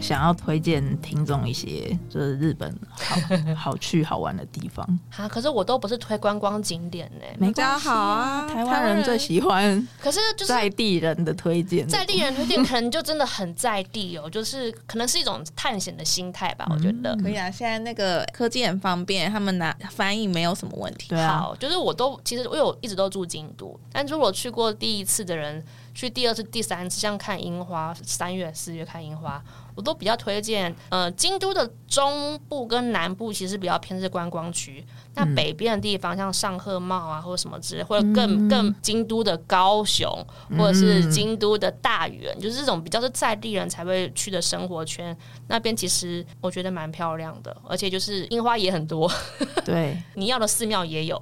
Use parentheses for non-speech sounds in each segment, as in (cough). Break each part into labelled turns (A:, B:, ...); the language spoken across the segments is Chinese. A: 想要推荐听众一些就是日本
B: (laughs)
A: 好好去好玩的地方。
B: 啊，可是我都不是推观光景点呢、
A: 没
C: 大家
A: 关系
C: 好啊，
A: 台湾人最喜欢
B: 可是就是
A: 在地人的推荐，
B: 在地人推荐，可能就真的很在地哦，就是可能是一种探险的心态吧，我觉得。
A: 嗯
C: 可以啊，现在那个科技很方便，他们拿翻译没有什么问题。
A: 对啊，
B: 好，就是我都其实因为我一直都住京都，但如果去过第一次的人，去第二次、第三次，像看樱花，三月、四月看樱花，我都比较推荐。呃，京都的中部跟南部其实比较偏是观光区，那
A: 嗯
B: 北边的地方像上贺茂啊，或者什么之类，或者
A: 嗯
B: 更更京都的高雄，或者是京都的大园，
A: 嗯
B: 就是这种比较是在地人才会去的生活圈，那边其实我觉得蛮漂亮的，而且就是樱花也很多， (laughs)
A: 对。
B: 你要的寺庙也有。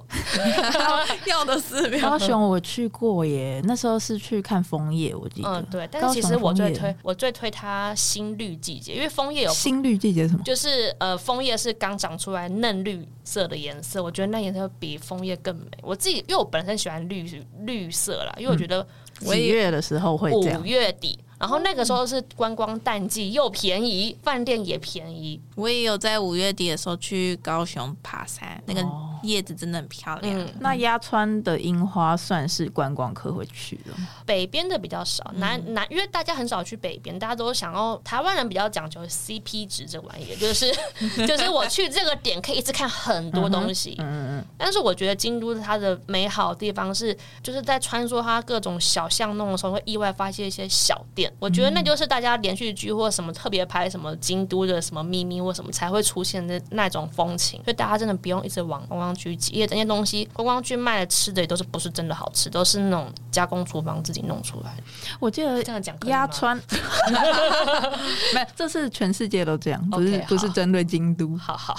C: (laughs) 要的寺
A: (laughs)
C: 庙，
A: 高雄我去过耶，那时候是去看枫叶，我记得。
B: 嗯，对，但是其实我最推我最推它新绿季节，因为枫叶有
A: 新绿季节是什么？
B: 就是呃枫叶是刚长出来嫩绿色的颜色，我觉得那颜色比枫叶更美。我自己因为我本身喜欢绿绿色啦，因为我觉得
C: 我
A: 嗯
C: 也
A: 几月的时候会这
B: 五
A: 样？哦
B: 月底。然后那个时候是观光淡季，又便宜，饭店也便宜。
C: 我也有在五月底的时候去高雄爬山，那个叶子真的很漂亮。
B: 嗯，
A: 那鸭川的樱花算是观光客会去的吗，
B: 北边的比较少，南
A: 嗯
B: 南因为大家很少去北边，大家都想要台湾人比较讲究 CP 值这玩意儿，就是 (laughs) 就是我去这个点可以一直看很多东西。
A: 嗯嗯
B: 但是我觉得京都它的美好地方是，就是在穿梭它各种小巷弄的时候，会意外发现一些小店。我觉得那就是大家连续剧或什么特别拍什么京都的什么秘密或什么才会出现的那种风情。所以大家真的不用一直往观光区挤，因为那些东西观光区卖的吃的也都是不是真的好吃，都是那种加工厨房自己弄出来的。
A: 嗯，我记得
B: 这样讲可以吗
A: 鸭川， (laughs) 没有，这是全世界都这样，不
B: OK，
A: 是不是
B: 好
A: 针对京都。
B: 好好，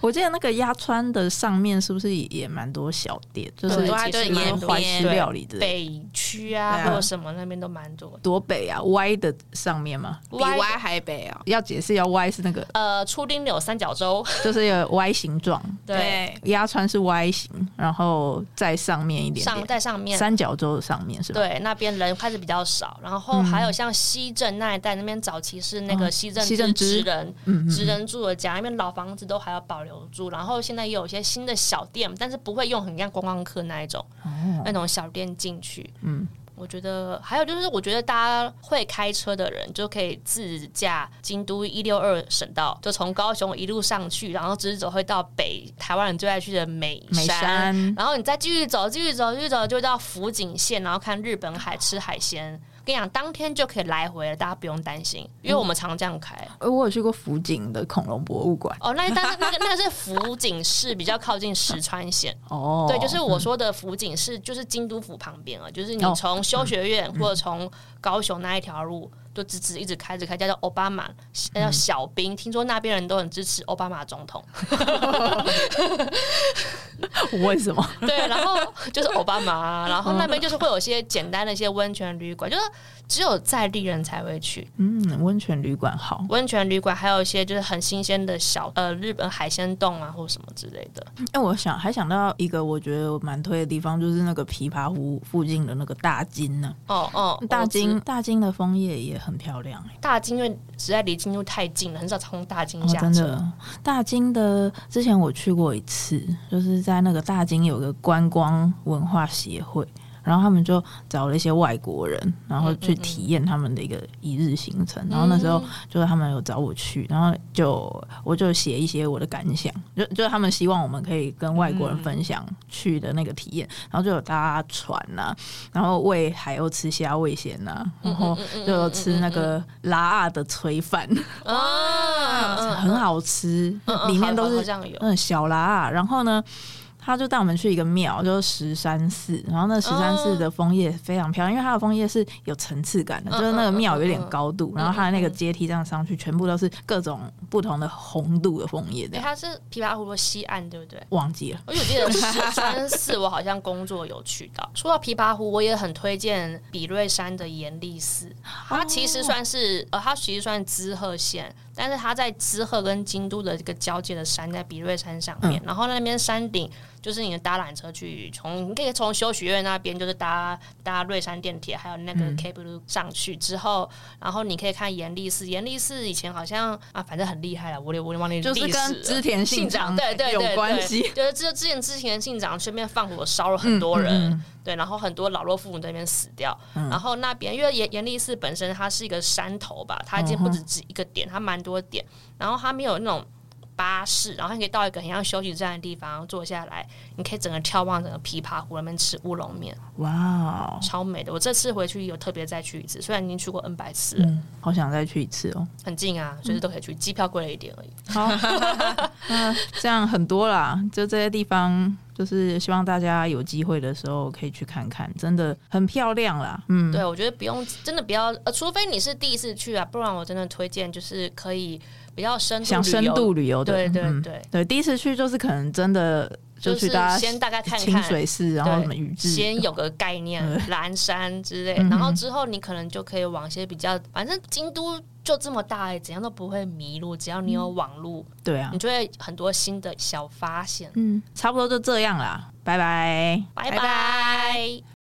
A: 我记得那个鸭川的上面是不是也蛮多小店，就是
B: 对
C: 很多啊，
B: 其
C: 就
B: 实
C: 是
A: 蛮
C: 沿
A: 怀
C: 边
A: 石料理之类的。
B: 北区
A: 对
B: 啊
A: 啊
B: 或者什么那边都蛮多的。
A: 多北啊，歪的上面嘛，
C: 比歪还北哦。
A: 要解释要歪是那个，
B: 呃，初丁柳三角洲，
A: 就是有 Y 形状，
B: 对，，
A: 鸭川是 Y 形，然后在上面一点
B: 上
A: 点，
B: 在上面
A: 三角洲的上面是吧？
B: 对，那边人开始比较少，然后还有像西镇那一带，那边早期是那个
A: 哦
B: 西镇
A: 西
B: 是
A: 镇
B: 职
A: 支
B: 人
A: 嗯，嗯
B: 职人住的家，那边老房子都还要保留住，然后现在也有一些新的小店，但是不会用很像观光客那一种
A: 哦
B: 那种小店进去，
A: 嗯。
B: 我觉得还有就是，我觉得大家会开车的人就可以自驾京都一六二省道，就从高雄一路上去，然后直走会到北台湾人最爱去的美
A: 美山
B: 然后你再继续走，继续走，继续走，就会到福井县，然后看日本海，吃海鲜。跟你讲，当天就可以来回了，大家不用担心，因为我们常这样开。
A: 呃，我有去过福井的恐龙博物馆
B: 哦，那但是那个那个是福井市，比较靠近石川县。
A: 哦，
B: 对，就是我说的福井是就是京都府旁边啊，就是你
A: 哦
B: 从修学院或者从高雄那一条路，就直直一直开着开，叫做奥巴马，
A: 嗯
B: 叫小兵。听说那边人都很支持奥巴马总统，
A: (laughs)
B: (laughs)
A: 为什么？
B: 对，然后就是奥巴马啊，然后那边就是会有一些简单的一些温泉旅馆，就是只有在地人才会去
A: 嗯，温泉旅馆好，
B: 温泉旅馆，还有一些就是很新鲜的小呃日本海鲜冻啊，或什么之类的。
A: 哎、我想还想到一个我觉得我蛮推的地方，就是那个琵琶湖附近的那个大金呢、
B: 哦哦，
A: 大
B: 我知
A: 金大金的枫叶也很漂亮哎、
B: 大金，因为实在离京都太近了，很少从大金
A: 哦，
B: 下
A: 真
B: 车。
A: 的，大金的之前我去过一次，就是在那个大金有个观光文化协会，然后他们就找了一些外国人，然后去体验他们的一个一日行程。然后那时候就是他们有找我去，然后就我就写一些我的感想，就就他们希望我们可以跟外国人分享去的那个体验，然后就有搭船呐、然后喂海鸥吃虾味鲜呐、然后就有吃那个拉阿的炊饭。
B: 啊，嗯
A: 很好吃，
B: 嗯
A: 里面
B: 好
A: 都
B: 好
A: 是
B: 像有
A: 嗯小啦、然后呢，他就带我们去一个庙，就是十三寺。然后那十三
B: 哦
A: 寺的枫叶非常漂亮，因为它的枫叶是有层次感
B: 嗯
A: 的，就是那个庙有点高度，然后它的那个阶梯这样上去，全部都是各种不同的红度的枫叶，这
B: 哎、
A: 样
B: 它是琵琶湖的西岸，对不对？
A: 忘记了。
B: 我有记得十三四，我好像工作有去到。说到琵琶湖，我也很推荐比瑞山的严立寺，
A: 哦
B: 它啊其实算是呃，它其实算滋贺县，但
A: 嗯
B: 是它在滋贺跟京都的这个交界的山，在比瑞山上面，然后那边山顶。就是你搭缆车去从你可以从修学院那边就是搭搭瑞山电铁，还有那
A: 嗯
B: 个 K Blue 上去之后，然后你可以看严立寺，严立寺以前好像啊，反正很厉害了，我也我也忘记
A: 就是
B: 历史
A: 跟
B: 了
A: 织田信
B: 信
A: 长
B: 长对对
A: 有
B: 对
A: 关系
B: 对就是之之前之前信长身边放火烧了很多人，
A: 嗯嗯
B: 对，然后很多老弱妇孺在那边死掉，然后那边因为严严立寺本身它是一个山头吧，它已经
A: 嗯
B: 不止只一个点，它蛮多点，然后它没有那种。巴士，然后你可以到一个很像休息站的地方坐下来，你可以整个眺望整个琵琶湖那边吃乌龙面，
A: 哇哦，
B: 超美的。我这次回去有特别再去一次，虽然已经去过 N 百次了，
A: 嗯，好想再去一次哦。
B: 很近啊，随时都可以去，机票贵了一点而已。 (laughs)
A: 好，那这样很多啦，就这些地方，就是希望大家有机会的时候可以去看看，真的很漂亮啦。嗯，
B: 对，我觉得不用，真的不要，呃，除非你是第一次去啊，不然我真的推荐就是可以比较深度
A: 想
B: 旅
A: 深
B: 游
A: 度旅游的，
B: 对对
A: 嗯
B: 对
A: 对，第一次去就是可能真的
B: 就
A: 去
B: 是
A: 大家
B: 先大概看
A: 清
B: 看，
A: 水寺，嗯然后
B: 对
A: 什么宇治，
B: 先有个概念，蓝山之类，然后之后你可能就可以往一些比较，反正京都就这么大、欸，怎样都不会迷路，只要你有网路，
A: 对啊
B: 你，就会很多新的小发现。
A: 嗯，差不多就这样啦，拜拜。
B: 拜拜